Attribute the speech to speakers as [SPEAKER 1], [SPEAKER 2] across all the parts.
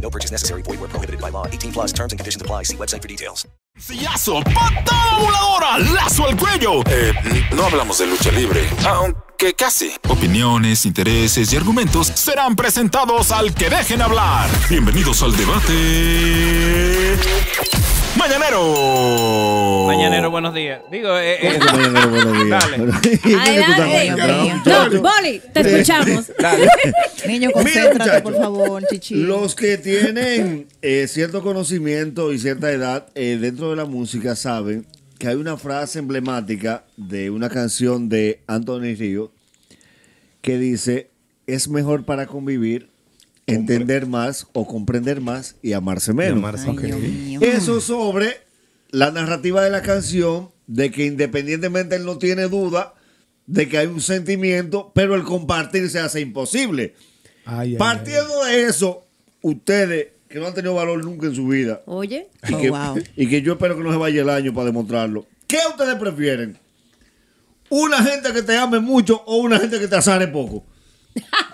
[SPEAKER 1] No purchase necessary. Void where prohibited by law. 18 plus terms and conditions apply. See website for details.
[SPEAKER 2] Sillazo, patada voladora, lazo al cuello.
[SPEAKER 3] Eh, no hablamos de lucha libre, aunque casi.
[SPEAKER 2] Opiniones, intereses y argumentos serán presentados al que dejen hablar. Bienvenidos al debate. Mañanero.
[SPEAKER 4] Mañanero, buenos días. Digo, eh, eh,
[SPEAKER 5] Mañanero, buenos días.
[SPEAKER 4] Dale.
[SPEAKER 5] ¿Y quién es tu tamaño,
[SPEAKER 6] Adelante.
[SPEAKER 5] bro?
[SPEAKER 6] No, Boli, te escuchamos.
[SPEAKER 7] Niño,
[SPEAKER 5] Mira,
[SPEAKER 7] concéntrate,
[SPEAKER 5] muchacho.
[SPEAKER 7] por favor, chichi.
[SPEAKER 5] Los que tienen eh, cierto conocimiento y cierta edad eh, dentro de la música saben que hay una frase emblemática de una canción de Anthony Río que dice, es mejor para convivir, entender más o comprender más y amarse menos.
[SPEAKER 7] Ay, Dios mío.
[SPEAKER 5] Eso sobre la narrativa de la canción, de que independientemente él no tiene duda de que hay un sentimiento, pero el compartir se hace imposible.
[SPEAKER 8] Ay, ay,
[SPEAKER 5] Partiendo de eso, ustedes que no han tenido valor nunca en su vida
[SPEAKER 6] Oye,
[SPEAKER 5] y,
[SPEAKER 7] Oh,
[SPEAKER 5] que,
[SPEAKER 7] wow.
[SPEAKER 5] y que yo espero que no se vaya el año para demostrarlo, ¿qué ustedes prefieren? ¿Una gente que te ame mucho o una gente que te asare poco?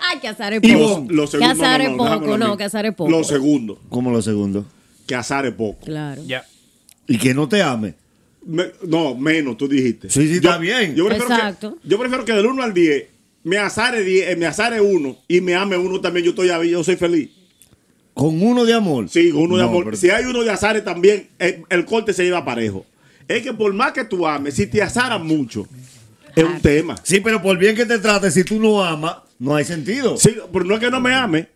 [SPEAKER 6] ay, que azar es
[SPEAKER 5] Y
[SPEAKER 6] poco.
[SPEAKER 5] vos, lo
[SPEAKER 6] Que azar es poco, no, que azar es poco.
[SPEAKER 9] Lo segundo,
[SPEAKER 5] Como lo segundo.
[SPEAKER 9] que azar es poco.
[SPEAKER 6] Claro.
[SPEAKER 4] ya.
[SPEAKER 5] Y que no te ame.
[SPEAKER 9] Me- no, menos, tú dijiste.
[SPEAKER 5] Sí, sí, está bien.
[SPEAKER 9] Yo prefiero,
[SPEAKER 6] Exacto.
[SPEAKER 9] Que, yo prefiero que del 1 al 10 me azare 10, eh, me azare 1 y me ame uno también. Yo estoy yo soy feliz.
[SPEAKER 5] Con uno de amor.
[SPEAKER 9] Sí, uno de
[SPEAKER 5] No,
[SPEAKER 9] amor.
[SPEAKER 5] pero-
[SPEAKER 9] Si hay uno de azare también, el, el corte se lleva parejo. Es que por más que tú ames, si te azaran mucho, es
[SPEAKER 6] Ah.
[SPEAKER 9] un tema.
[SPEAKER 5] Sí, pero por bien que te trate, si tú no amas, no hay sentido.
[SPEAKER 9] Sí, pero no es que no me ame.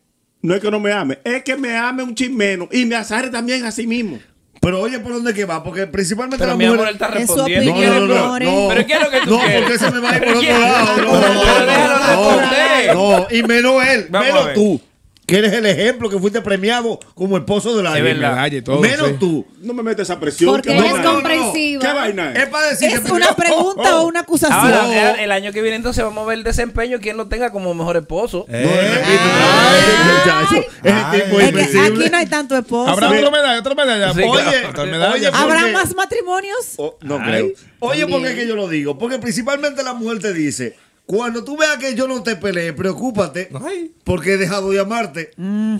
[SPEAKER 9] No es que no me ame, es que me ame un chin menos y me azare también a sí mismo.
[SPEAKER 5] Pero oye, ¿por dónde que va? Porque principalmente
[SPEAKER 4] Pero
[SPEAKER 5] las
[SPEAKER 4] mi amor,
[SPEAKER 5] mujeres-
[SPEAKER 4] él está
[SPEAKER 7] Es su
[SPEAKER 4] respondiendo.
[SPEAKER 7] opinión,
[SPEAKER 4] ¿Quieres, bro?
[SPEAKER 7] amor, ¿eh?
[SPEAKER 4] ¿Pero qué es lo que tú
[SPEAKER 5] no,
[SPEAKER 4] quieres?
[SPEAKER 5] porque se me va a ir por
[SPEAKER 4] ¿Pero
[SPEAKER 5] otro
[SPEAKER 4] qué?
[SPEAKER 5] lado. No,
[SPEAKER 4] Pero
[SPEAKER 5] no,
[SPEAKER 4] déjalo
[SPEAKER 5] no,
[SPEAKER 4] responder.
[SPEAKER 5] no, no, y menos él,
[SPEAKER 4] Vamos a
[SPEAKER 5] menos
[SPEAKER 4] ver.
[SPEAKER 5] tú, que eres el ejemplo que fuiste premiado como esposo de la
[SPEAKER 4] Es verdad.
[SPEAKER 8] Medalla y todo,
[SPEAKER 5] Menos
[SPEAKER 8] sí.
[SPEAKER 5] tú.
[SPEAKER 9] No me metes esa presión.
[SPEAKER 6] Porque
[SPEAKER 9] ¿qué
[SPEAKER 6] ella es
[SPEAKER 9] vaina es?
[SPEAKER 5] no, no.
[SPEAKER 6] comprensiva.
[SPEAKER 9] ¿Qué vaina
[SPEAKER 5] Es para decirte. Oh,
[SPEAKER 7] ¿Es una pregunta o una acusación?
[SPEAKER 4] Ahora,
[SPEAKER 5] No.
[SPEAKER 4] el- el año que viene entonces vamos a ver el desempeño, quién lo tenga como mejor esposo.
[SPEAKER 9] Eh.
[SPEAKER 5] No, repito, ay, muchacho,
[SPEAKER 8] Ay.
[SPEAKER 5] ese tipo es
[SPEAKER 7] es que aquí
[SPEAKER 5] invencible.
[SPEAKER 7] no hay tanto esposo.
[SPEAKER 8] Habrá
[SPEAKER 5] Sí.
[SPEAKER 8] otra medalla, otra medalla.
[SPEAKER 4] Sí,
[SPEAKER 5] claro.
[SPEAKER 8] otra medalla.
[SPEAKER 5] Oye,
[SPEAKER 7] ¿Habrá
[SPEAKER 5] porque-
[SPEAKER 7] más matrimonios?
[SPEAKER 5] O- no
[SPEAKER 4] Ay,
[SPEAKER 5] creo. Oye, ¿por qué es
[SPEAKER 6] también.
[SPEAKER 5] que yo lo digo? Porque principalmente la mujer te dice, cuando tú veas que yo no te peleé, preocúpate,
[SPEAKER 8] Ay.
[SPEAKER 5] porque he dejado de amarte.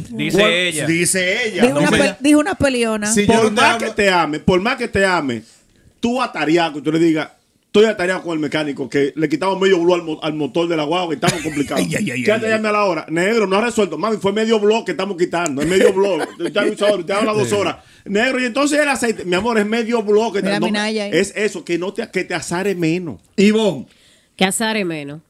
[SPEAKER 4] Dice
[SPEAKER 5] Cuan-
[SPEAKER 4] ella.
[SPEAKER 5] Dice ella.
[SPEAKER 7] Dijo
[SPEAKER 5] No
[SPEAKER 7] una,
[SPEAKER 5] me-
[SPEAKER 7] pe- dijo una peleona.
[SPEAKER 8] Sí, yo
[SPEAKER 9] por
[SPEAKER 8] no te
[SPEAKER 9] más
[SPEAKER 8] hablo-
[SPEAKER 9] que te ame, por más que te ame, tú atareado, que tú le digas, estoy atareado con el mecánico, que le quitamos medio blue al, mo- al motor de la guagua, que estamos complicados.
[SPEAKER 5] Ay, ay, ay,
[SPEAKER 9] ya
[SPEAKER 5] ay,
[SPEAKER 9] te
[SPEAKER 5] ay.
[SPEAKER 9] llamé a la hora. Negro, no ha resuelto. Mami, fue medio blog que estamos quitando. Es medio blog. ya lo hizo ahora, te habla dos horas. Negro, y entonces el aceite, mi amor, es medio blog. Que
[SPEAKER 7] Mira, eh.
[SPEAKER 9] no-
[SPEAKER 7] Minaya ahí.
[SPEAKER 9] es eso, que no te, que te azare menos.
[SPEAKER 5] Ivonne.
[SPEAKER 6] Que azar es menos.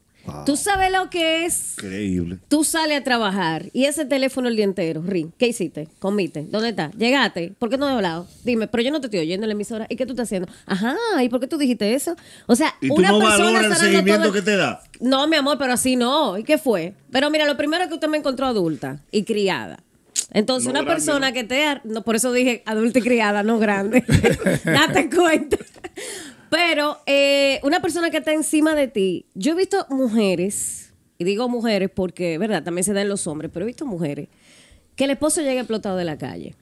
[SPEAKER 6] Tú sabes lo que es.
[SPEAKER 5] Increíble.
[SPEAKER 6] Tú sales a trabajar y ese teléfono el día entero, Ring. ¿Qué hiciste? Comiste. ¿Dónde estás? ¿Llegaste? ¿Por qué no has hablado? Dime, pero yo no te estoy oyendo en la emisora. ¿Y qué tú estás haciendo? Ajá, ¿y por qué tú dijiste eso? O sea,
[SPEAKER 5] Y tú
[SPEAKER 6] una
[SPEAKER 5] no
[SPEAKER 6] persona
[SPEAKER 5] valoras el
[SPEAKER 6] azarando
[SPEAKER 5] seguimiento
[SPEAKER 6] todo-
[SPEAKER 5] que te da.
[SPEAKER 6] No, mi amor, pero así no. ¿Y qué fue? Pero mira, lo primero es que usted me encontró adulta y criada. Entonces,
[SPEAKER 9] No
[SPEAKER 6] una
[SPEAKER 9] grande,
[SPEAKER 6] persona
[SPEAKER 9] ¿no?
[SPEAKER 6] que te... ar- No, por eso dije adulta y criada, no grande. Date cuenta. Pero eh, una persona que está encima de ti, yo he visto mujeres, y digo mujeres porque, verdad, también se da en los hombres, pero he visto mujeres, que el esposo llega explotado de la calle.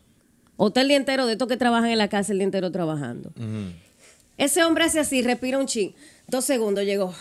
[SPEAKER 6] O está el día entero, de estos que trabajan en la casa, el día entero trabajando. Ese hombre hace así, respira un chin. Dos segundos, llegó.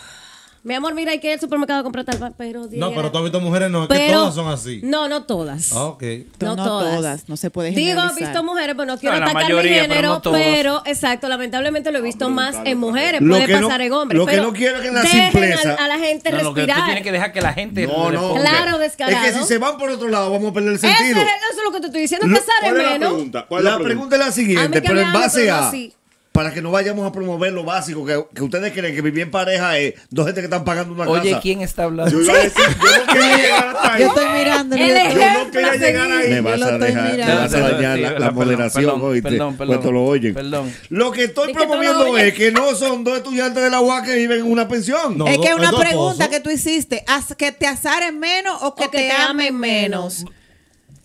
[SPEAKER 6] Mi amor, mira, hay que ir al supermercado a comprar tal pan, pero...
[SPEAKER 8] No, pero tú has visto mujeres, no, es que
[SPEAKER 6] Pero-
[SPEAKER 8] todas son así.
[SPEAKER 6] No, no todas.
[SPEAKER 8] Ah, ok.
[SPEAKER 6] No,
[SPEAKER 7] No
[SPEAKER 6] todas.
[SPEAKER 7] todas, no se puede
[SPEAKER 6] Digo, he
[SPEAKER 7] generalizar.
[SPEAKER 6] visto mujeres, pero no quiero
[SPEAKER 4] la
[SPEAKER 6] atacar mi
[SPEAKER 4] mayoría, pero
[SPEAKER 6] género,
[SPEAKER 4] no
[SPEAKER 6] pero,
[SPEAKER 4] todas.
[SPEAKER 6] exacto, lamentablemente lo he visto más en mujeres,
[SPEAKER 5] Lo
[SPEAKER 6] puede
[SPEAKER 5] que no-
[SPEAKER 6] pasar en hombres.
[SPEAKER 5] lo que
[SPEAKER 6] pero
[SPEAKER 5] no quiero es que la
[SPEAKER 6] dejen
[SPEAKER 5] simpleza-
[SPEAKER 6] A, a la gente
[SPEAKER 4] No, lo que tú
[SPEAKER 6] respirar.
[SPEAKER 4] tienes que dejar que la gente
[SPEAKER 5] No, no.
[SPEAKER 4] responda.
[SPEAKER 6] Claro,
[SPEAKER 5] hombre.
[SPEAKER 6] descarado.
[SPEAKER 5] Es que si se van por otro lado, vamos a perder el
[SPEAKER 6] Eso es-
[SPEAKER 5] sentido.
[SPEAKER 6] eso es lo que te estoy diciendo,
[SPEAKER 5] Lo-
[SPEAKER 6] pasar
[SPEAKER 9] ¿Cuál es la
[SPEAKER 6] en menos.
[SPEAKER 9] pregunta? ¿Cuál es
[SPEAKER 5] La pregunta es la
[SPEAKER 6] A mí que
[SPEAKER 5] siguiente, pero
[SPEAKER 6] me
[SPEAKER 5] en
[SPEAKER 6] hablen,
[SPEAKER 5] base
[SPEAKER 6] pero no
[SPEAKER 5] a.
[SPEAKER 6] así.
[SPEAKER 5] Para que no vayamos a promover lo básico, que, que ustedes creen que vivir en pareja es dos gente que están pagando una
[SPEAKER 4] Oye,
[SPEAKER 5] casa.
[SPEAKER 4] ¿quién está hablando?
[SPEAKER 9] Yo iba a decir, yo no quería llegar hasta ahí.
[SPEAKER 7] Yo estoy mirando.
[SPEAKER 6] El
[SPEAKER 7] yo estoy-
[SPEAKER 9] Yo no quería llegar ahí.
[SPEAKER 5] Me
[SPEAKER 7] Yo
[SPEAKER 5] vas
[SPEAKER 7] lo
[SPEAKER 5] a
[SPEAKER 7] estoy
[SPEAKER 5] dejar, me
[SPEAKER 7] mirando.
[SPEAKER 5] vas a
[SPEAKER 4] Perdón,
[SPEAKER 5] dañar
[SPEAKER 4] sí,
[SPEAKER 5] la, la
[SPEAKER 4] perdón,
[SPEAKER 5] moderación,
[SPEAKER 4] perdón,
[SPEAKER 5] oíste.
[SPEAKER 4] perdón, perdón,
[SPEAKER 5] Puesto lo oyen.
[SPEAKER 4] perdón.
[SPEAKER 5] Lo que estoy
[SPEAKER 6] Es que no lo
[SPEAKER 5] promoviendo
[SPEAKER 6] oyen.
[SPEAKER 5] es que no son dos estudiantes de la UAS que viven en una pensión.
[SPEAKER 8] No,
[SPEAKER 7] Es
[SPEAKER 8] do-
[SPEAKER 7] que es una
[SPEAKER 8] dos
[SPEAKER 7] pregunta
[SPEAKER 8] esposos.
[SPEAKER 7] que tú hiciste, haz que te azaren menos o que,
[SPEAKER 6] O que
[SPEAKER 7] te,
[SPEAKER 6] te
[SPEAKER 7] amen
[SPEAKER 6] amen
[SPEAKER 7] menos.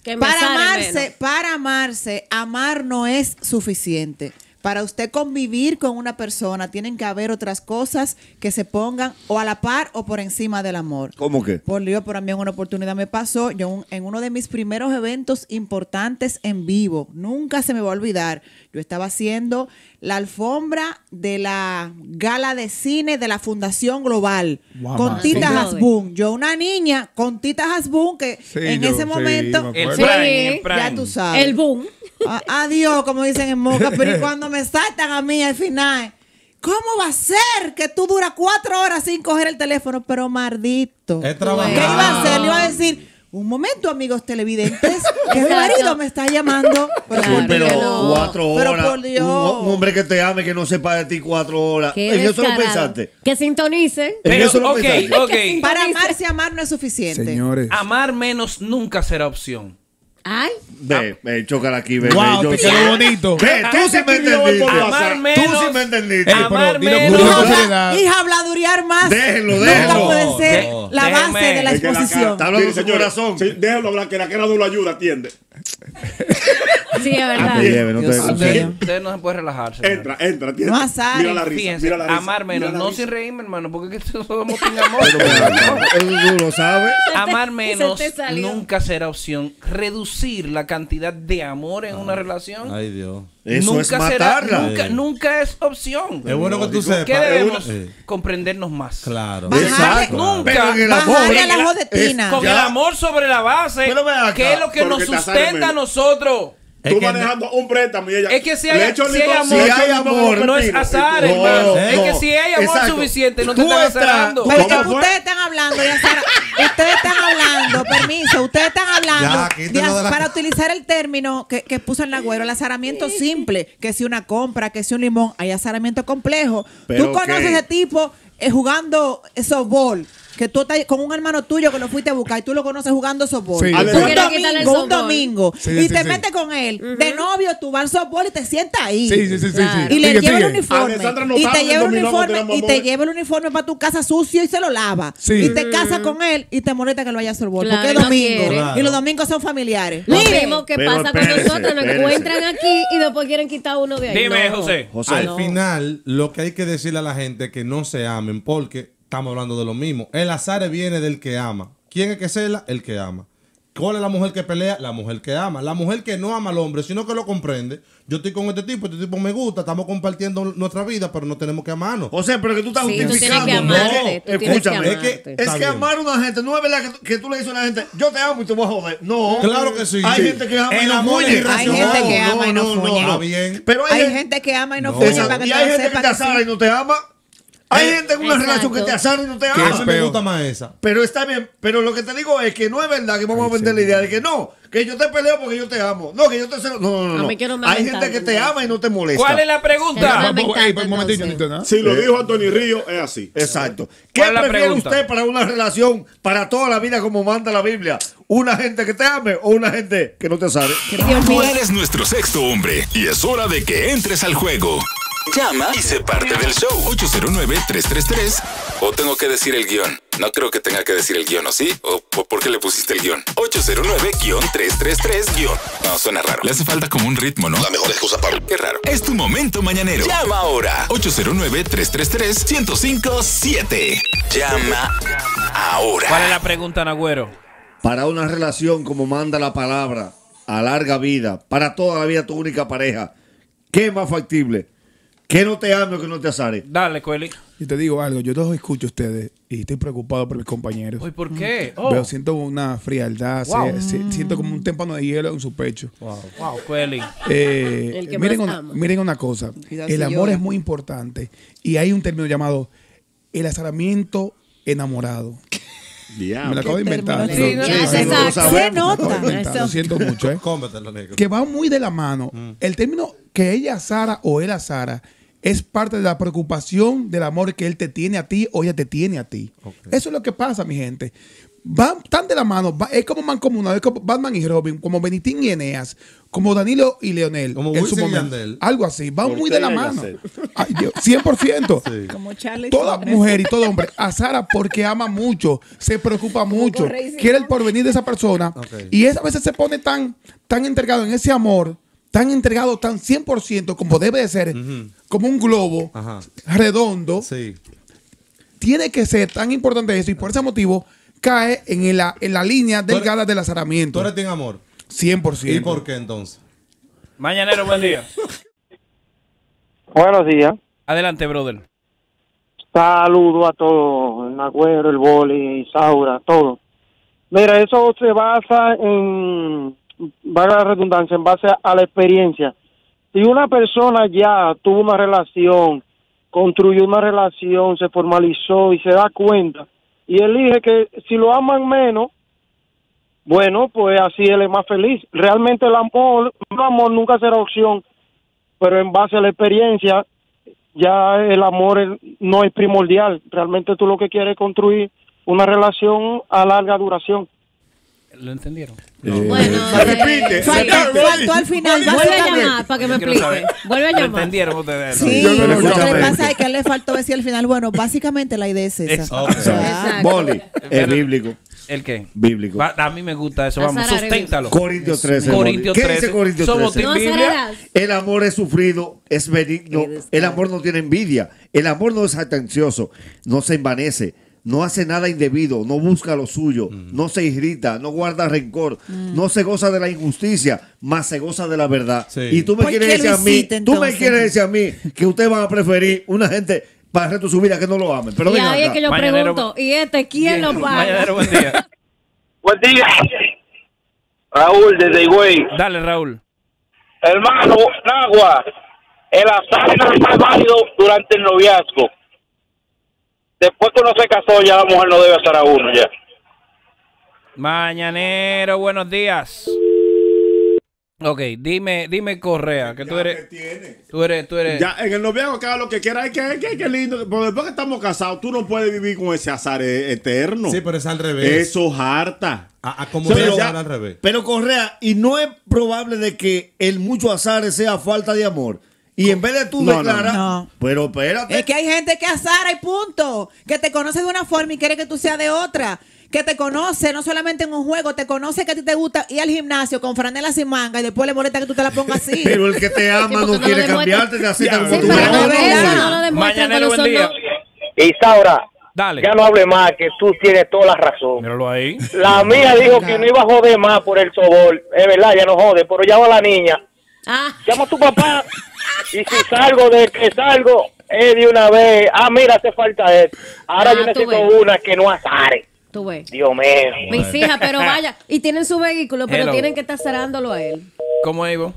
[SPEAKER 6] Que me
[SPEAKER 7] Para
[SPEAKER 6] sale menos.
[SPEAKER 7] amarse, para amarse, amar no es suficiente. Para usted convivir con una persona, tienen que haber otras cosas que se pongan o a la par o por encima del amor.
[SPEAKER 5] ¿Cómo que?
[SPEAKER 7] Por Dios, por mí en una oportunidad me pasó, yo un- en uno de mis primeros eventos importantes en vivo, nunca se me va a olvidar, yo estaba haciendo la alfombra de la gala de cine de la Fundación Global
[SPEAKER 8] Guau,
[SPEAKER 7] con
[SPEAKER 8] madre.
[SPEAKER 7] Tita
[SPEAKER 8] Sí.
[SPEAKER 7] Hasbun. Yo una niña con Tita Hasbun que
[SPEAKER 8] Sí,
[SPEAKER 7] en
[SPEAKER 8] yo-
[SPEAKER 7] ese
[SPEAKER 8] sí,
[SPEAKER 7] momento...
[SPEAKER 8] me acuerdo.
[SPEAKER 4] El prime,
[SPEAKER 6] Sí,
[SPEAKER 4] el prime.
[SPEAKER 7] Ya tú sabes.
[SPEAKER 6] El boom.
[SPEAKER 7] A- Adiós, como dicen en Moca. Pero y cuando me saltan a mí al final, ¿cómo va a ser que tú duras cuatro horas sin coger el teléfono? Pero maldito.
[SPEAKER 8] Es
[SPEAKER 7] ¿Qué
[SPEAKER 8] trabajar.
[SPEAKER 7] iba a hacer? Le iba a decir, un momento, amigos televidentes, que mi
[SPEAKER 6] Exacto.
[SPEAKER 7] marido me está llamando. Pero,
[SPEAKER 5] Sí,
[SPEAKER 6] Claro,
[SPEAKER 5] pero
[SPEAKER 6] que no.
[SPEAKER 5] cuatro
[SPEAKER 7] Pero
[SPEAKER 5] horas.
[SPEAKER 7] por Dios.
[SPEAKER 5] Un, un hombre que te ame, que no sepa de ti cuatro horas.
[SPEAKER 6] Qué
[SPEAKER 5] ¿En eso lo
[SPEAKER 6] descarado.
[SPEAKER 5] pensaste?
[SPEAKER 6] Que sintonice.
[SPEAKER 5] ¿En
[SPEAKER 4] Pero,
[SPEAKER 5] eso lo
[SPEAKER 4] ok,
[SPEAKER 5] pensaste?
[SPEAKER 4] ok.
[SPEAKER 6] Que sí.
[SPEAKER 7] Para amarse, amar no es suficiente.
[SPEAKER 8] Señores.
[SPEAKER 4] Amar menos nunca será opción.
[SPEAKER 6] Ay,
[SPEAKER 4] Ah.
[SPEAKER 5] Ve, ve, chócala aquí, ve.
[SPEAKER 8] Wow,
[SPEAKER 5] ve,
[SPEAKER 8] te
[SPEAKER 5] yo-
[SPEAKER 8] quedó bonito.
[SPEAKER 5] Ve, tú sí me entendiste. Ah,
[SPEAKER 9] Amar
[SPEAKER 5] Amar
[SPEAKER 4] menos-
[SPEAKER 5] Tú sí me entendiste.
[SPEAKER 8] Ey, pero
[SPEAKER 4] Amar
[SPEAKER 8] dilo con
[SPEAKER 4] menos.
[SPEAKER 8] toda
[SPEAKER 7] Hija,
[SPEAKER 4] No,
[SPEAKER 8] seriedad.
[SPEAKER 7] hija, habladurear más.
[SPEAKER 5] Déjenlo,
[SPEAKER 7] Nunca
[SPEAKER 5] déjenlo.
[SPEAKER 7] puede ser
[SPEAKER 4] No,
[SPEAKER 7] la base
[SPEAKER 4] déjeme.
[SPEAKER 7] de la
[SPEAKER 4] Es
[SPEAKER 9] que la
[SPEAKER 7] exposición.
[SPEAKER 5] Está hablando
[SPEAKER 9] Sí,
[SPEAKER 5] de su
[SPEAKER 9] señores,
[SPEAKER 5] corazón.
[SPEAKER 9] sí, déjalo hablar, que la cara no lo ayuda, atiende.
[SPEAKER 6] sí, es verdad.
[SPEAKER 5] Te lleve, pues, no te-
[SPEAKER 7] Dios
[SPEAKER 5] sí.
[SPEAKER 7] mío.
[SPEAKER 4] Usted no se puede relajar. señor.
[SPEAKER 9] Entra, entra, atiende.
[SPEAKER 7] No azar,
[SPEAKER 9] Mira la risa,
[SPEAKER 4] Fíjense,
[SPEAKER 9] mira la risa,
[SPEAKER 4] amar menos,
[SPEAKER 9] mira la
[SPEAKER 4] no
[SPEAKER 9] risa.
[SPEAKER 4] sin reírme, hermano, porque es que somos sin amor.
[SPEAKER 5] Eso tú lo sabes.
[SPEAKER 4] Amar
[SPEAKER 6] Se te- se
[SPEAKER 4] menos
[SPEAKER 6] te salió.
[SPEAKER 4] nunca será opción. Reducir la cantidad de amor en una relación
[SPEAKER 10] Ah. Ay, Dios.
[SPEAKER 5] Eso
[SPEAKER 4] nunca
[SPEAKER 5] es matarla.
[SPEAKER 4] Será, nunca,
[SPEAKER 10] Sí.
[SPEAKER 4] nunca es opción.
[SPEAKER 10] Es bueno que tú
[SPEAKER 4] ¿Qué
[SPEAKER 10] sepas.
[SPEAKER 4] debemos?
[SPEAKER 10] Sí.
[SPEAKER 4] Comprendernos más.
[SPEAKER 10] Claro.
[SPEAKER 7] Bajarle-
[SPEAKER 5] Exacto.
[SPEAKER 4] Nunca.
[SPEAKER 5] Pero en el amor.
[SPEAKER 7] Bajarle a la
[SPEAKER 5] es-
[SPEAKER 7] jodetina.
[SPEAKER 4] Con
[SPEAKER 5] ya.
[SPEAKER 4] el amor sobre la base,
[SPEAKER 5] Pero ven acá,
[SPEAKER 4] que es lo que
[SPEAKER 9] pero
[SPEAKER 4] nos
[SPEAKER 9] que te sale
[SPEAKER 4] sustenta a
[SPEAKER 9] menos.
[SPEAKER 4] nosotros.
[SPEAKER 10] Es
[SPEAKER 9] Tú
[SPEAKER 10] que
[SPEAKER 9] manejando un préstamo y ella.
[SPEAKER 4] Es que si
[SPEAKER 9] le
[SPEAKER 4] hay,
[SPEAKER 9] echo el
[SPEAKER 4] si hay
[SPEAKER 9] limón,
[SPEAKER 4] amor,
[SPEAKER 9] le echo
[SPEAKER 5] hay
[SPEAKER 9] el limón,
[SPEAKER 5] amor,
[SPEAKER 4] no es
[SPEAKER 9] pepino.
[SPEAKER 4] azar,
[SPEAKER 5] No,
[SPEAKER 4] hermano.
[SPEAKER 5] no,
[SPEAKER 4] es que si hay amor
[SPEAKER 5] exacto.
[SPEAKER 4] suficiente, no te
[SPEAKER 5] Tú
[SPEAKER 4] están
[SPEAKER 5] estás-
[SPEAKER 4] azarando.
[SPEAKER 5] tú-
[SPEAKER 7] Pero
[SPEAKER 9] ¿Cómo
[SPEAKER 7] que
[SPEAKER 9] fue?
[SPEAKER 7] ustedes están hablando, ya Sara, ustedes están hablando, permiso, ustedes están hablando,
[SPEAKER 10] Ya, quítalo
[SPEAKER 7] de-
[SPEAKER 10] de la-
[SPEAKER 7] para utilizar el término que, que puso el Nagüero, el azaramiento simple, que si una compra, que si un limón, hay azaramiento complejo.
[SPEAKER 5] Pero,
[SPEAKER 7] tú conoces
[SPEAKER 5] ¿qué?
[SPEAKER 7] ese tipo eh, jugando eh, softball, que tú estás con un hermano tuyo que lo fuiste a buscar y tú lo conoces jugando softball.
[SPEAKER 8] Sí.
[SPEAKER 7] Un,
[SPEAKER 9] Tú quieres
[SPEAKER 6] quitarle el
[SPEAKER 7] domingo, un
[SPEAKER 6] softball.
[SPEAKER 7] domingo,
[SPEAKER 8] Sí,
[SPEAKER 7] y
[SPEAKER 8] sí,
[SPEAKER 7] te
[SPEAKER 8] sí.
[SPEAKER 7] metes con él, de novio, tú vas al softball y te sientas ahí.
[SPEAKER 8] Sí, sí, sí, sí, sí.
[SPEAKER 7] Y le
[SPEAKER 8] Sigue,
[SPEAKER 7] lleva el
[SPEAKER 8] sigue.
[SPEAKER 7] uniforme.
[SPEAKER 9] Alessandra no
[SPEAKER 7] y
[SPEAKER 9] sabe
[SPEAKER 7] te
[SPEAKER 9] que
[SPEAKER 7] lleva el
[SPEAKER 9] dominó contra
[SPEAKER 7] uniforme.
[SPEAKER 9] ambos
[SPEAKER 7] Y te
[SPEAKER 9] amores.
[SPEAKER 7] lleva el uniforme para tu casa sucio y se lo lava.
[SPEAKER 8] Sí.
[SPEAKER 7] Y te casa con él y te molesta que lo vayas al bol.
[SPEAKER 6] Claro,
[SPEAKER 7] porque es
[SPEAKER 6] no
[SPEAKER 7] domingo.
[SPEAKER 6] quiere.
[SPEAKER 7] y los domingos son familiares.
[SPEAKER 6] Lo
[SPEAKER 7] Mire,
[SPEAKER 6] mismo que
[SPEAKER 5] Pero
[SPEAKER 6] pasa con
[SPEAKER 5] espérese,
[SPEAKER 6] nosotros, nos
[SPEAKER 5] espérese.
[SPEAKER 6] encuentran aquí y después quieren quitar uno de ahí.
[SPEAKER 4] Dime,
[SPEAKER 6] No.
[SPEAKER 4] José.
[SPEAKER 5] José.
[SPEAKER 10] Al final, lo que hay que decirle a la gente es que no se amen, porque estamos hablando de lo mismo. El azar viene del que ama. ¿Quién es que cela? El que ama. ¿Cuál es la mujer que pelea? La mujer que ama. La mujer que no ama al hombre, sino que lo comprende. Yo estoy con este tipo, este tipo me gusta, estamos compartiendo nuestra vida, pero no tenemos que amarnos.
[SPEAKER 5] José, pero que tú estás
[SPEAKER 6] Sí, tú
[SPEAKER 5] justificando.
[SPEAKER 6] tienes que amarte,
[SPEAKER 5] no,
[SPEAKER 6] tú tienes que
[SPEAKER 5] escúchame.
[SPEAKER 6] amarte.
[SPEAKER 5] es que, es
[SPEAKER 10] Está
[SPEAKER 5] que
[SPEAKER 10] bien.
[SPEAKER 5] amar a una gente no es verdad que, tú- que tú le dices a la gente, yo te amo y te voy a joder. No.
[SPEAKER 10] Claro que sí.
[SPEAKER 5] Hay
[SPEAKER 10] Sí.
[SPEAKER 5] gente que ama y
[SPEAKER 10] El
[SPEAKER 5] no
[SPEAKER 10] amor es
[SPEAKER 5] fuñe.
[SPEAKER 10] irracional.
[SPEAKER 7] Hay gente que ama y no fuñe.
[SPEAKER 10] Está bien.
[SPEAKER 5] Pero
[SPEAKER 7] hay gente que ama y no,
[SPEAKER 10] No.
[SPEAKER 7] fuñe
[SPEAKER 5] Exacto.
[SPEAKER 7] para que
[SPEAKER 5] y
[SPEAKER 7] tú
[SPEAKER 5] hay
[SPEAKER 7] lo
[SPEAKER 5] gente que
[SPEAKER 7] sepas
[SPEAKER 5] te
[SPEAKER 7] que sí.
[SPEAKER 5] asara y no te ama. Hay
[SPEAKER 4] Eh,
[SPEAKER 5] gente en una
[SPEAKER 6] Exacto.
[SPEAKER 5] relación que te asara y no te
[SPEAKER 8] Que
[SPEAKER 10] A
[SPEAKER 8] es
[SPEAKER 5] ama.
[SPEAKER 10] mí me
[SPEAKER 8] peor.
[SPEAKER 10] gusta más esa.
[SPEAKER 5] Pero está bien, pero lo que te digo es que no es verdad que vamos a vender la idea de que no, que yo te peleo porque yo te amo. No, que yo te celo. No, no,
[SPEAKER 6] A
[SPEAKER 5] no.
[SPEAKER 6] mí que no me
[SPEAKER 5] Hay
[SPEAKER 6] aventan,
[SPEAKER 5] gente que te
[SPEAKER 6] no.
[SPEAKER 5] ama y no te molesta.
[SPEAKER 4] ¿Cuál es la pregunta?
[SPEAKER 6] Pero-
[SPEAKER 8] Ey, pues, un
[SPEAKER 6] entonces.
[SPEAKER 8] momentito, Nito, ¿no?
[SPEAKER 9] Si
[SPEAKER 4] Eh.
[SPEAKER 9] lo dijo Anthony Río, es así.
[SPEAKER 5] Exacto. ¿Qué
[SPEAKER 4] ¿Cuál es la
[SPEAKER 5] prefiere
[SPEAKER 4] pregunta?
[SPEAKER 5] usted para una relación para toda la vida como manda la Biblia? ¿Una gente que te ame o una gente que no te sabe?
[SPEAKER 2] Tú eres nuestro sexto hombre y es hora de que entres al juego. Llama y sé parte del show. 809-333.
[SPEAKER 3] O tengo que decir el guión. No creo que tenga que decir el guión, ¿o sí? ¿O po- por qué le pusiste el guión? 809-333 guión. No, suena raro.
[SPEAKER 2] Le hace falta como un ritmo, ¿no?
[SPEAKER 3] La mejor excusa para... Qué raro.
[SPEAKER 2] Es tu momento mañanero.
[SPEAKER 3] Llama ahora.
[SPEAKER 2] 809-333-1057.
[SPEAKER 3] Llama ahora.
[SPEAKER 4] ¿Cuál es la pregunta, Nagüero?
[SPEAKER 5] Para una relación como manda la palabra, a larga vida, para toda la vida tu única pareja, ¿qué es más factible? Que no te ame o que no te asare.
[SPEAKER 4] Dale, Cueli.
[SPEAKER 8] Y te digo algo, yo los escucho a ustedes y estoy preocupado por mis compañeros.
[SPEAKER 4] Uy, ¿por qué? Oh.
[SPEAKER 8] Veo, siento una frialdad, se-
[SPEAKER 4] Wow.
[SPEAKER 8] se- siento como un témpano de hielo en su pecho.
[SPEAKER 4] Wow, Cueli.
[SPEAKER 8] Eh,
[SPEAKER 6] El que
[SPEAKER 8] miren,
[SPEAKER 6] más
[SPEAKER 8] una,
[SPEAKER 6] ama.
[SPEAKER 8] miren una cosa,
[SPEAKER 7] Cuidado si
[SPEAKER 8] el amor
[SPEAKER 7] llora.
[SPEAKER 8] es muy importante y hay un término llamado el azaramiento enamorado.
[SPEAKER 9] Diablo.
[SPEAKER 4] Ah,
[SPEAKER 8] Me lo acabo de inventar.
[SPEAKER 7] término? Sí,
[SPEAKER 8] pero-
[SPEAKER 7] no,
[SPEAKER 8] me lo
[SPEAKER 6] exacto.
[SPEAKER 8] acabo de
[SPEAKER 7] Se
[SPEAKER 8] inventar,
[SPEAKER 7] nota.
[SPEAKER 8] Lo siento mucho, ¿eh?
[SPEAKER 10] Cómetelo, negro. Mm.
[SPEAKER 8] que va muy de la mano. El término que ella Sara o él Sara es parte de la preocupación del amor que él te tiene a ti o ella te tiene a ti. Eso es lo que pasa, mi gente. van tan de la mano, va- es como mancomunado, es como Batman y Robin, como Benitín y Eneas, como Danilo y Leonel,
[SPEAKER 10] Como
[SPEAKER 8] en su
[SPEAKER 10] Wilson y
[SPEAKER 8] momento,
[SPEAKER 10] Yandel.
[SPEAKER 8] algo así, van muy de la
[SPEAKER 10] Ortega y
[SPEAKER 8] mano,
[SPEAKER 10] Gasset.
[SPEAKER 8] Ay, Dios, 100%.
[SPEAKER 7] Como Charlie
[SPEAKER 8] Toda
[SPEAKER 7] Sanders.
[SPEAKER 8] mujer y todo hombre, a Sara porque ama mucho, se preocupa mucho,
[SPEAKER 7] Correa y Simón.
[SPEAKER 8] quiere el porvenir de esa persona y es, a veces se pone tan, tan entregado en ese amor, tan entregado, tan 100% como debe de ser, como un globo
[SPEAKER 10] Ajá.
[SPEAKER 8] redondo. Tiene que ser tan importante eso y por ese motivo cae en la, en la línea delgada del azaramiento.
[SPEAKER 10] Tú eres team amor.
[SPEAKER 8] 100%.
[SPEAKER 10] ¿Y por qué entonces?
[SPEAKER 4] Mañanero, buen día.
[SPEAKER 11] Buenos días.
[SPEAKER 4] Adelante, brother.
[SPEAKER 11] Saludo a todos, el Nagüero, el Boli, Isaura, todo. Mira, eso se basa en, valga la redundancia, en base a, la experiencia. Si una persona ya tuvo una relación, construyó una relación, se formalizó y se da cuenta, y elige que si lo aman menos, bueno, pues así él es más feliz. Realmente el amor, el amor nunca será opción, pero en base a la experiencia ya el amor es- no es primordial. Realmente tú lo que quieres es construir una relación a larga duración.
[SPEAKER 4] ¿Lo entendieron?
[SPEAKER 6] Bueno, eh,
[SPEAKER 9] repite,
[SPEAKER 6] Falta,
[SPEAKER 9] se repite.
[SPEAKER 6] falta al final.
[SPEAKER 7] Vuelve
[SPEAKER 6] Vuelve a
[SPEAKER 7] a
[SPEAKER 6] llamar para que me
[SPEAKER 4] Yo quiero
[SPEAKER 6] explique.
[SPEAKER 4] saber.
[SPEAKER 6] Vuelve a
[SPEAKER 4] ¿Lo
[SPEAKER 6] llamar.
[SPEAKER 4] entendieron ustedes?
[SPEAKER 7] Sí,
[SPEAKER 9] Yo no lo
[SPEAKER 7] lo que
[SPEAKER 9] escuchaba.
[SPEAKER 7] le pasa es que le faltó decir al final, bueno, básicamente la idea es esa.
[SPEAKER 4] Es-
[SPEAKER 7] O sea,
[SPEAKER 4] Exacto.
[SPEAKER 5] Boli, es
[SPEAKER 4] Pero-
[SPEAKER 5] bíblico.
[SPEAKER 4] ¿El qué?
[SPEAKER 5] Bíblico.
[SPEAKER 4] Va- a mí me gusta eso. Vamos,
[SPEAKER 6] Azar,
[SPEAKER 4] susténtalo.
[SPEAKER 5] Corintios 13. Boli.
[SPEAKER 4] Corintios
[SPEAKER 5] ¿Qué
[SPEAKER 4] 13.
[SPEAKER 5] dice Corintios
[SPEAKER 4] Somos
[SPEAKER 5] 13?
[SPEAKER 4] Team Biblia.
[SPEAKER 5] El amor es sufrido, es benigno. El amor no tiene envidia. El amor no es atencioso, no se envanece, no hace nada indebido, no busca lo suyo,
[SPEAKER 10] Mm.
[SPEAKER 5] no se irrita, no guarda rencor, no se goza de la injusticia, más se goza de la verdad. Y tú me
[SPEAKER 7] ¿Por
[SPEAKER 5] quieres
[SPEAKER 7] qué
[SPEAKER 5] decir a mí,
[SPEAKER 7] Luisito,
[SPEAKER 5] tú me
[SPEAKER 7] entonces?
[SPEAKER 5] quieres decir a mí que ustedes van a preferir una gente para el resto de su vida que no lo amen. Pero
[SPEAKER 6] Y
[SPEAKER 5] venga
[SPEAKER 6] ahí es
[SPEAKER 5] acá.
[SPEAKER 6] que yo
[SPEAKER 4] Mañanero-
[SPEAKER 6] pregunto, ¿y este quién lo paga?
[SPEAKER 4] Mañanero, buen día.
[SPEAKER 12] Buen día. Raúl desde Higüey.
[SPEAKER 4] Dale, Raúl.
[SPEAKER 12] Hermano, Nagua, el azar no es válido durante el noviazgo. Después que uno se casó, ya la mujer no debe hacer a uno ya.
[SPEAKER 4] Mañanero, buenos días. Ok, dime, dime Correa, que tú eres, tú eres, tú eres,
[SPEAKER 9] Ya en el noviazgo que haga lo que quiera, ay, que, que, que lindo. Porque después que estamos casados, tú no puedes vivir con ese azar eh, eterno.
[SPEAKER 10] Sí, pero es al revés.
[SPEAKER 9] Eso es harta.
[SPEAKER 10] como
[SPEAKER 9] Pero
[SPEAKER 10] debe
[SPEAKER 9] ya-
[SPEAKER 10] ser al revés.
[SPEAKER 5] Pero Correa, y no es probable de que el mucho azar sea falta de amor. Y en vez de tú
[SPEAKER 9] No, no,
[SPEAKER 5] declarar,
[SPEAKER 7] no.
[SPEAKER 5] pero espérate.
[SPEAKER 7] Es que hay gente que azara y punto, que te conoce de una forma y quiere que tú seas de otra, que te conoce no solamente en un juego, te conoce que a ti te gusta ir al gimnasio con franela sin manga y después le molesta que tú te la pongas así.
[SPEAKER 5] Pero el que te ama
[SPEAKER 6] porque
[SPEAKER 5] no
[SPEAKER 6] no
[SPEAKER 5] quiere
[SPEAKER 6] lo demuestra.
[SPEAKER 5] cambiarte de así
[SPEAKER 9] Ya,
[SPEAKER 5] tan
[SPEAKER 9] sí,
[SPEAKER 5] como tú
[SPEAKER 9] pero
[SPEAKER 5] eres.
[SPEAKER 9] no,
[SPEAKER 6] Eso no lo demuestra cuando
[SPEAKER 4] Mañanero, buen
[SPEAKER 6] son
[SPEAKER 4] día.
[SPEAKER 6] dos.
[SPEAKER 12] Isaura,
[SPEAKER 4] Dale.
[SPEAKER 12] ya no hable más, que tú tienes toda la razón.
[SPEAKER 4] Míralo ahí.
[SPEAKER 12] La mía dijo que no iba a joder más por el sobol. Es verdad, ya no jode, pero llama a la niña.
[SPEAKER 6] Ah,
[SPEAKER 12] Llama a tu papá. Y si salgo de que salgo, es de una vez. Ah, mira, hace falta esto. Ahora
[SPEAKER 6] Ah,
[SPEAKER 12] yo
[SPEAKER 6] tú
[SPEAKER 12] necesito
[SPEAKER 6] ves.
[SPEAKER 12] una que no azare.
[SPEAKER 6] tú ves.
[SPEAKER 12] Dios mío.
[SPEAKER 6] Mis hijas, pero vaya. Y tienen su vehículo, pero
[SPEAKER 4] Hello.
[SPEAKER 6] tienen que estar zarándolo a él.
[SPEAKER 4] ¿Cómo es, Ivo?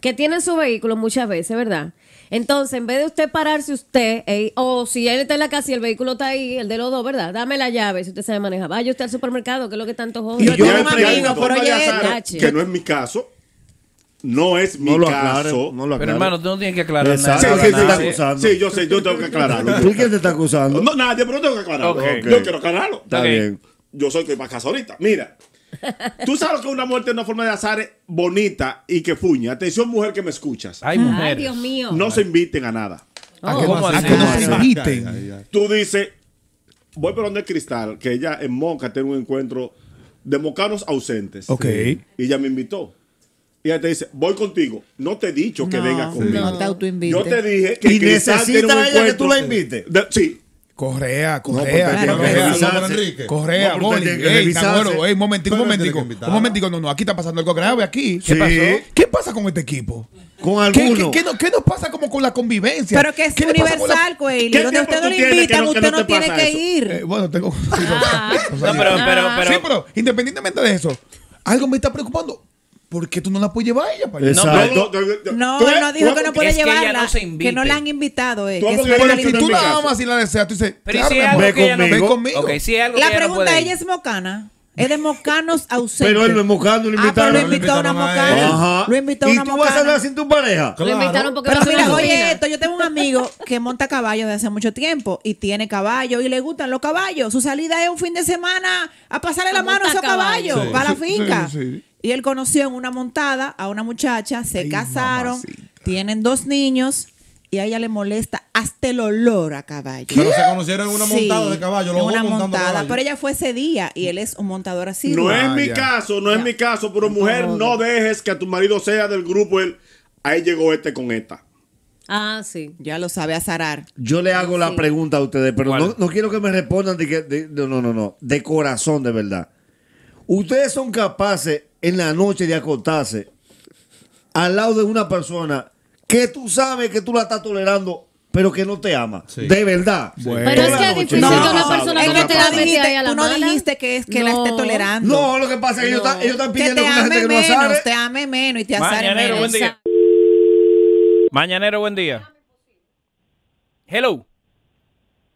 [SPEAKER 6] que tienen su vehículo muchas veces, ¿verdad? Entonces, en vez de usted pararse usted, eh, o si él está en la casa y el vehículo está ahí, el de los dos, ¿verdad? Dame la llave si usted sabe manejar. Vaya usted al supermercado, que es lo que tanto jode.
[SPEAKER 7] Y yo
[SPEAKER 9] Y
[SPEAKER 7] tengo
[SPEAKER 9] hay
[SPEAKER 7] un
[SPEAKER 9] otra
[SPEAKER 7] amigo,
[SPEAKER 9] forma
[SPEAKER 7] pero
[SPEAKER 9] de
[SPEAKER 7] oye,
[SPEAKER 9] azar,
[SPEAKER 6] Nachi.
[SPEAKER 9] que no es mi caso. No es mi
[SPEAKER 5] No lo aclare,
[SPEAKER 9] caso.
[SPEAKER 5] no lo aclare.
[SPEAKER 4] Pero hermano, tú no tienes que aclarar nada.
[SPEAKER 9] Sí,
[SPEAKER 5] Exacto.
[SPEAKER 9] sí,
[SPEAKER 5] Ahora
[SPEAKER 9] sí,
[SPEAKER 5] nadie
[SPEAKER 9] sí.
[SPEAKER 5] está acusando.
[SPEAKER 9] Sí, yo sé, yo tengo que aclararlo.
[SPEAKER 5] ¿Tú quién te está acusando?
[SPEAKER 9] No, nadie, pero tengo que aclararlo.
[SPEAKER 4] Ok.
[SPEAKER 9] Yo quiero aclararlo.
[SPEAKER 5] Está
[SPEAKER 4] ok.
[SPEAKER 5] bien.
[SPEAKER 9] Yo soy el que más casa ahorita. Mira, tú sabes lo que es una muerte es una forma de azar es bonita y que fuña. Atención, mujer que me escuchas.
[SPEAKER 4] Hay
[SPEAKER 6] Ay,
[SPEAKER 4] mujeres.
[SPEAKER 6] Dios mío.
[SPEAKER 9] No se inviten a nada.
[SPEAKER 4] ¿Cómo
[SPEAKER 8] A
[SPEAKER 4] así?
[SPEAKER 8] que no se
[SPEAKER 5] Exacto.
[SPEAKER 8] inviten.
[SPEAKER 9] Tú dices, voy por donde el cristal, que ella en Moca tiene un encuentro de mocanos ausentes.
[SPEAKER 8] Ok.
[SPEAKER 9] Y ella me invitó. Y ella te dice, voy contigo. No te he dicho que
[SPEAKER 7] No,
[SPEAKER 9] vengas conmigo.
[SPEAKER 7] no te autoinvites.
[SPEAKER 9] Yo te dije que
[SPEAKER 5] ¿Y
[SPEAKER 9] Cristal tiene un
[SPEAKER 5] necesita ella que tú
[SPEAKER 9] encuentro-
[SPEAKER 5] la invites?
[SPEAKER 9] De- sí.
[SPEAKER 8] Correa,
[SPEAKER 5] No,
[SPEAKER 8] Correa,
[SPEAKER 5] porque
[SPEAKER 8] Correa.
[SPEAKER 5] tiene que
[SPEAKER 10] Correa,
[SPEAKER 5] revisarse.
[SPEAKER 10] Juan Enrique.
[SPEAKER 8] Correa,
[SPEAKER 5] No, pero usted
[SPEAKER 8] Boli,
[SPEAKER 5] tiene que
[SPEAKER 8] ey,
[SPEAKER 5] revisarse.
[SPEAKER 8] Nagüero, ey, un momentico, un
[SPEAKER 10] Pero tiene que
[SPEAKER 8] momentico,
[SPEAKER 10] invitar.
[SPEAKER 8] un momentico, no, no, aquí está pasando algo grave aquí.
[SPEAKER 5] Sí.
[SPEAKER 8] ¿Qué pasa con este equipo?
[SPEAKER 5] Con
[SPEAKER 8] ¿Qué,
[SPEAKER 5] alguno.
[SPEAKER 8] qué, qué no- qué nos pasa como con la convivencia?
[SPEAKER 7] Pero que es
[SPEAKER 8] ¿Qué le pasa con la-
[SPEAKER 7] universal, güey.
[SPEAKER 9] ¿Qué
[SPEAKER 7] Donde
[SPEAKER 9] tiempo
[SPEAKER 7] usted no
[SPEAKER 9] tú
[SPEAKER 7] le
[SPEAKER 9] tienes que
[SPEAKER 7] invitan,
[SPEAKER 9] no- que
[SPEAKER 7] usted
[SPEAKER 9] no
[SPEAKER 7] no,
[SPEAKER 9] te
[SPEAKER 7] tiene
[SPEAKER 9] pasa
[SPEAKER 7] que
[SPEAKER 9] eso?
[SPEAKER 7] ir.
[SPEAKER 8] Eh, bueno, tengo.
[SPEAKER 4] No, pero, pero, pero.
[SPEAKER 8] Sí, pero independientemente de eso, algo me está preocupando. ¿por qué tú no la puedes llevar a ella? para allá?
[SPEAKER 5] Exacto.
[SPEAKER 9] No,
[SPEAKER 7] No,
[SPEAKER 9] tú ves,
[SPEAKER 7] él no dijo
[SPEAKER 9] tú
[SPEAKER 7] que
[SPEAKER 9] ves,
[SPEAKER 7] no puede
[SPEAKER 4] es que ella
[SPEAKER 7] llevarla.
[SPEAKER 4] no se
[SPEAKER 7] Que,
[SPEAKER 4] invite.
[SPEAKER 7] no la han invitado. eh,
[SPEAKER 9] Tú
[SPEAKER 7] que es
[SPEAKER 9] hablas de
[SPEAKER 7] una
[SPEAKER 9] ella,
[SPEAKER 8] Si
[SPEAKER 9] no
[SPEAKER 8] tú
[SPEAKER 9] me
[SPEAKER 8] la
[SPEAKER 9] caso.
[SPEAKER 8] amas y la deseas, tú dices,
[SPEAKER 4] Pero ¿y
[SPEAKER 8] "Claro,
[SPEAKER 4] si
[SPEAKER 8] mi
[SPEAKER 4] es
[SPEAKER 8] amor,
[SPEAKER 4] algo
[SPEAKER 5] ve
[SPEAKER 4] que ella no
[SPEAKER 8] ven
[SPEAKER 5] conmigo.
[SPEAKER 8] conmigo.
[SPEAKER 4] Ok, si es algo
[SPEAKER 7] La
[SPEAKER 4] que ella no
[SPEAKER 7] pregunta,
[SPEAKER 4] puede ir.
[SPEAKER 7] ¿ella es mocana? Es de mocanos ausentes.
[SPEAKER 5] Pero él no es mocando, lo
[SPEAKER 7] Ah,
[SPEAKER 5] invitaron.
[SPEAKER 7] pero lo invitó a una mocana.
[SPEAKER 5] Ajá.
[SPEAKER 7] Lo invitó a
[SPEAKER 5] ¿Y
[SPEAKER 7] una
[SPEAKER 5] tú
[SPEAKER 7] mocana.
[SPEAKER 5] vas a hablar sin tu pareja?
[SPEAKER 7] Lo invitaron porque Pero mira, oye esto, yo tengo un amigo que monta caballo desde hace mucho tiempo y tiene caballo y le gustan los caballos. Su salida es un fin de semana a pasarle
[SPEAKER 6] A
[SPEAKER 7] la mano a
[SPEAKER 6] montar
[SPEAKER 7] esos
[SPEAKER 6] caballo.
[SPEAKER 7] caballos
[SPEAKER 6] Sí,
[SPEAKER 7] para la
[SPEAKER 6] sí,
[SPEAKER 7] finca.
[SPEAKER 6] sí, sí.
[SPEAKER 7] Y él conoció en una montada a una muchacha, se casaron, tienen dos niños y a ella le molesta hasta el olor a caballo.
[SPEAKER 10] Pero se conocieron en una
[SPEAKER 7] Sí,
[SPEAKER 10] montada de caballo. Los
[SPEAKER 7] en
[SPEAKER 10] dos
[SPEAKER 7] una
[SPEAKER 10] montando
[SPEAKER 7] montada,
[SPEAKER 10] caballo.
[SPEAKER 7] pero ella fue ese día y él es un montador así.
[SPEAKER 9] No es mi caso, no es mi caso, pero mujer, no dejes que a tu marido sea del grupo él. Ahí llegó este con esta.
[SPEAKER 6] Ah, sí.
[SPEAKER 7] Ya lo sabe azarar.
[SPEAKER 5] Yo le hago la pregunta a ustedes, pero no, no quiero que me respondan de que, de- no, no, no, no, de corazón, de verdad. Ustedes son capaces en la noche de acostarse al lado de una persona que tú sabes que tú la estás tolerando, pero que no te ama. De verdad.
[SPEAKER 6] Pero es
[SPEAKER 5] Toda
[SPEAKER 6] que
[SPEAKER 5] la
[SPEAKER 6] es
[SPEAKER 5] noche.
[SPEAKER 6] difícil que una persona
[SPEAKER 7] es
[SPEAKER 6] que
[SPEAKER 7] que
[SPEAKER 6] no te
[SPEAKER 7] tú
[SPEAKER 6] la
[SPEAKER 7] no
[SPEAKER 6] mete ahí a
[SPEAKER 7] dijiste,
[SPEAKER 6] la
[SPEAKER 7] tú no
[SPEAKER 6] mala.
[SPEAKER 7] dijiste que es que la esté
[SPEAKER 6] No.
[SPEAKER 7] tolerando.
[SPEAKER 5] No, lo que pasa es que ellos están- ellos están
[SPEAKER 7] te
[SPEAKER 5] pidiendo con una gente
[SPEAKER 7] ame
[SPEAKER 5] que no
[SPEAKER 7] menos,
[SPEAKER 5] sabe.
[SPEAKER 7] Te ame menos y te azare
[SPEAKER 4] Mañanero,
[SPEAKER 7] menos.
[SPEAKER 4] buen día. Mañanero, buen día. Hello.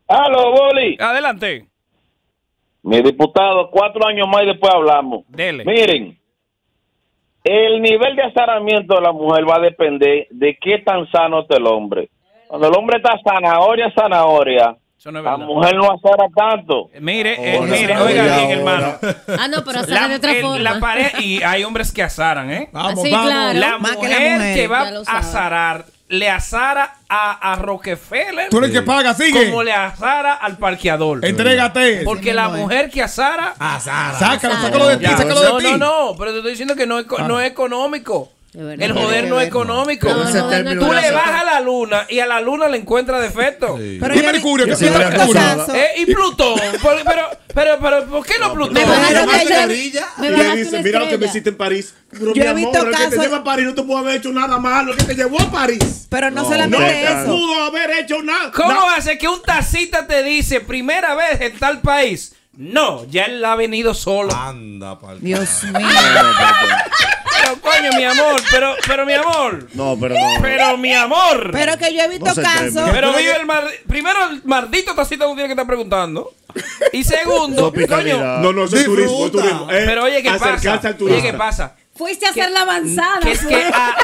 [SPEAKER 12] Aló, Boli.
[SPEAKER 4] Adelante.
[SPEAKER 12] Mi diputado, cuatro años más y después hablamos.
[SPEAKER 4] Dele.
[SPEAKER 12] Miren, el nivel de azaramiento de la mujer va a depender de qué tan sano está el hombre. Cuando el hombre está zanahoria, zanahoria,
[SPEAKER 4] Eso no es
[SPEAKER 12] la
[SPEAKER 4] verdad.
[SPEAKER 12] mujer no azara tanto.
[SPEAKER 4] Mire, eh, mire, oiga bien, hermano.
[SPEAKER 6] Ah, no, pero azara
[SPEAKER 4] La-
[SPEAKER 6] de otra
[SPEAKER 4] el-
[SPEAKER 6] forma.
[SPEAKER 4] la pareja- y hay hombres que azaran, ¿eh?
[SPEAKER 6] Vamos, Sí, vamos. claro.
[SPEAKER 4] La
[SPEAKER 6] Más
[SPEAKER 4] mujer
[SPEAKER 6] que
[SPEAKER 4] que,
[SPEAKER 6] la mujer,
[SPEAKER 4] va
[SPEAKER 6] ya lo
[SPEAKER 4] a
[SPEAKER 6] sabe.
[SPEAKER 4] azarar le azara a, a Rockefeller.
[SPEAKER 8] Tú eres el que paga, sigue.
[SPEAKER 4] Como le azara al parqueador.
[SPEAKER 8] Entrégate.
[SPEAKER 4] Porque la mujer que azara.
[SPEAKER 10] Azara.
[SPEAKER 8] Sácalo, sácalo de ti,
[SPEAKER 4] Ya,
[SPEAKER 8] sácalo
[SPEAKER 4] no,
[SPEAKER 8] de ti.
[SPEAKER 4] No, no, pero te estoy diciendo que no es, co-
[SPEAKER 8] Ah.
[SPEAKER 4] no es económico. El
[SPEAKER 8] Tiene
[SPEAKER 4] joder
[SPEAKER 8] que
[SPEAKER 4] no es
[SPEAKER 8] ver,
[SPEAKER 4] económico.
[SPEAKER 8] No, Ese no, término no,
[SPEAKER 4] Tú
[SPEAKER 8] no.
[SPEAKER 4] le vas a la luna y a la luna le encuentra defecto.
[SPEAKER 8] Pero Y yo- Mercurio, que yo siempre he visto está curado. casos.
[SPEAKER 4] Eh, Y Plutón. Por- Pero, pero, pero, ¿por qué no Plutón?
[SPEAKER 9] Y le dice, mira lo que me hiciste en París. Pero
[SPEAKER 4] Yo
[SPEAKER 9] mi
[SPEAKER 4] he
[SPEAKER 9] amor,
[SPEAKER 4] visto
[SPEAKER 9] el que te
[SPEAKER 4] casos-
[SPEAKER 9] lleva a París no te pudo haber hecho nada malo, el que te llevó a París.
[SPEAKER 7] Pero no,
[SPEAKER 4] solamente
[SPEAKER 9] No te
[SPEAKER 4] eso.
[SPEAKER 9] pudo haber hecho nada.
[SPEAKER 4] ¿Cómo
[SPEAKER 9] No.
[SPEAKER 4] va a ser que un tacita te dice primera vez en tal país? No, ya él ha venido solo.
[SPEAKER 10] Anda, pal.
[SPEAKER 7] Dios mío.
[SPEAKER 4] Pero coño, mi amor, pero, pero mi amor.
[SPEAKER 5] No, pero no.
[SPEAKER 4] Pero mi amor.
[SPEAKER 7] Pero que yo he visto
[SPEAKER 4] No se
[SPEAKER 7] casos.
[SPEAKER 4] Pero vive el mar- primero el maldito tacito no tiene que estar preguntando. Y segundo, coño,
[SPEAKER 9] No, no, eso es turismo, es turismo. Eh,
[SPEAKER 4] pero oye, ¿qué
[SPEAKER 9] acercarse
[SPEAKER 4] pasa?
[SPEAKER 9] al
[SPEAKER 4] Oye,
[SPEAKER 9] turista.
[SPEAKER 4] ¿qué pasa?
[SPEAKER 6] Fuiste a hacer la
[SPEAKER 7] Ah,
[SPEAKER 6] avanzada.
[SPEAKER 4] Que es que
[SPEAKER 6] fue.
[SPEAKER 4] a-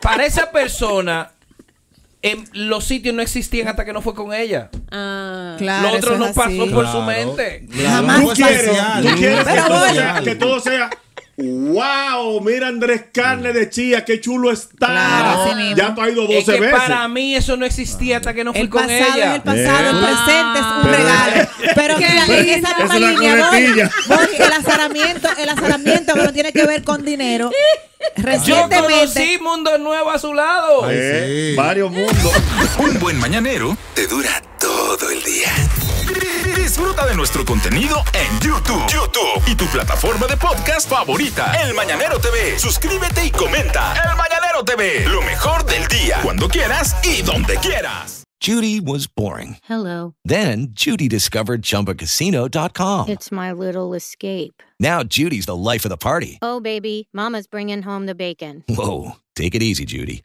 [SPEAKER 4] para esa persona en los sitios no existían hasta que no fue con ella.
[SPEAKER 6] Ah.
[SPEAKER 4] Lo otro no pasó por su
[SPEAKER 10] Claro.
[SPEAKER 4] mente.
[SPEAKER 10] Jamás
[SPEAKER 9] tú quieres,
[SPEAKER 10] especial.
[SPEAKER 9] tú quieres que,
[SPEAKER 10] Pero
[SPEAKER 9] todo
[SPEAKER 10] bueno.
[SPEAKER 9] sea, que todo sea, wow, mira Andrés carne de chía, qué chulo está. ya tú has ido 12
[SPEAKER 4] Es que
[SPEAKER 9] veces.
[SPEAKER 4] para mí eso no existía hasta que no fui
[SPEAKER 7] El
[SPEAKER 4] con
[SPEAKER 7] pasado
[SPEAKER 4] ella.
[SPEAKER 7] es el pasado, el presente es un regalo. Pero
[SPEAKER 4] Qué
[SPEAKER 7] mira, en esa
[SPEAKER 4] lindo.
[SPEAKER 7] misma
[SPEAKER 4] Es una
[SPEAKER 7] línea,
[SPEAKER 4] coletilla.
[SPEAKER 7] Bonnie, Bonnie, el azaramiento, el azaramiento que no tiene que ver con dinero.
[SPEAKER 4] Yo
[SPEAKER 7] Recientemente,
[SPEAKER 4] conocí mundo nuevo a su lado.
[SPEAKER 5] Eh, Varios mundos.
[SPEAKER 2] Un buen mañanero te dura todo el día. Disfruta de nuestro contenido en YouTube. YouTube y tu plataforma de podcast favorita. El Mañanero TV. Suscríbete y comenta. El Mañanero TV. Lo mejor del día. Cuando quieras y donde quieras.
[SPEAKER 1] Judy was boring.
[SPEAKER 13] Hello.
[SPEAKER 1] Then Judy discovered ChumbaCasino.com.
[SPEAKER 13] It's Oh my little escape.
[SPEAKER 1] Now Judy's the life of the party.
[SPEAKER 13] Oh, baby, Mama's bringing home the bacon.
[SPEAKER 1] Whoa, take it easy, Judy.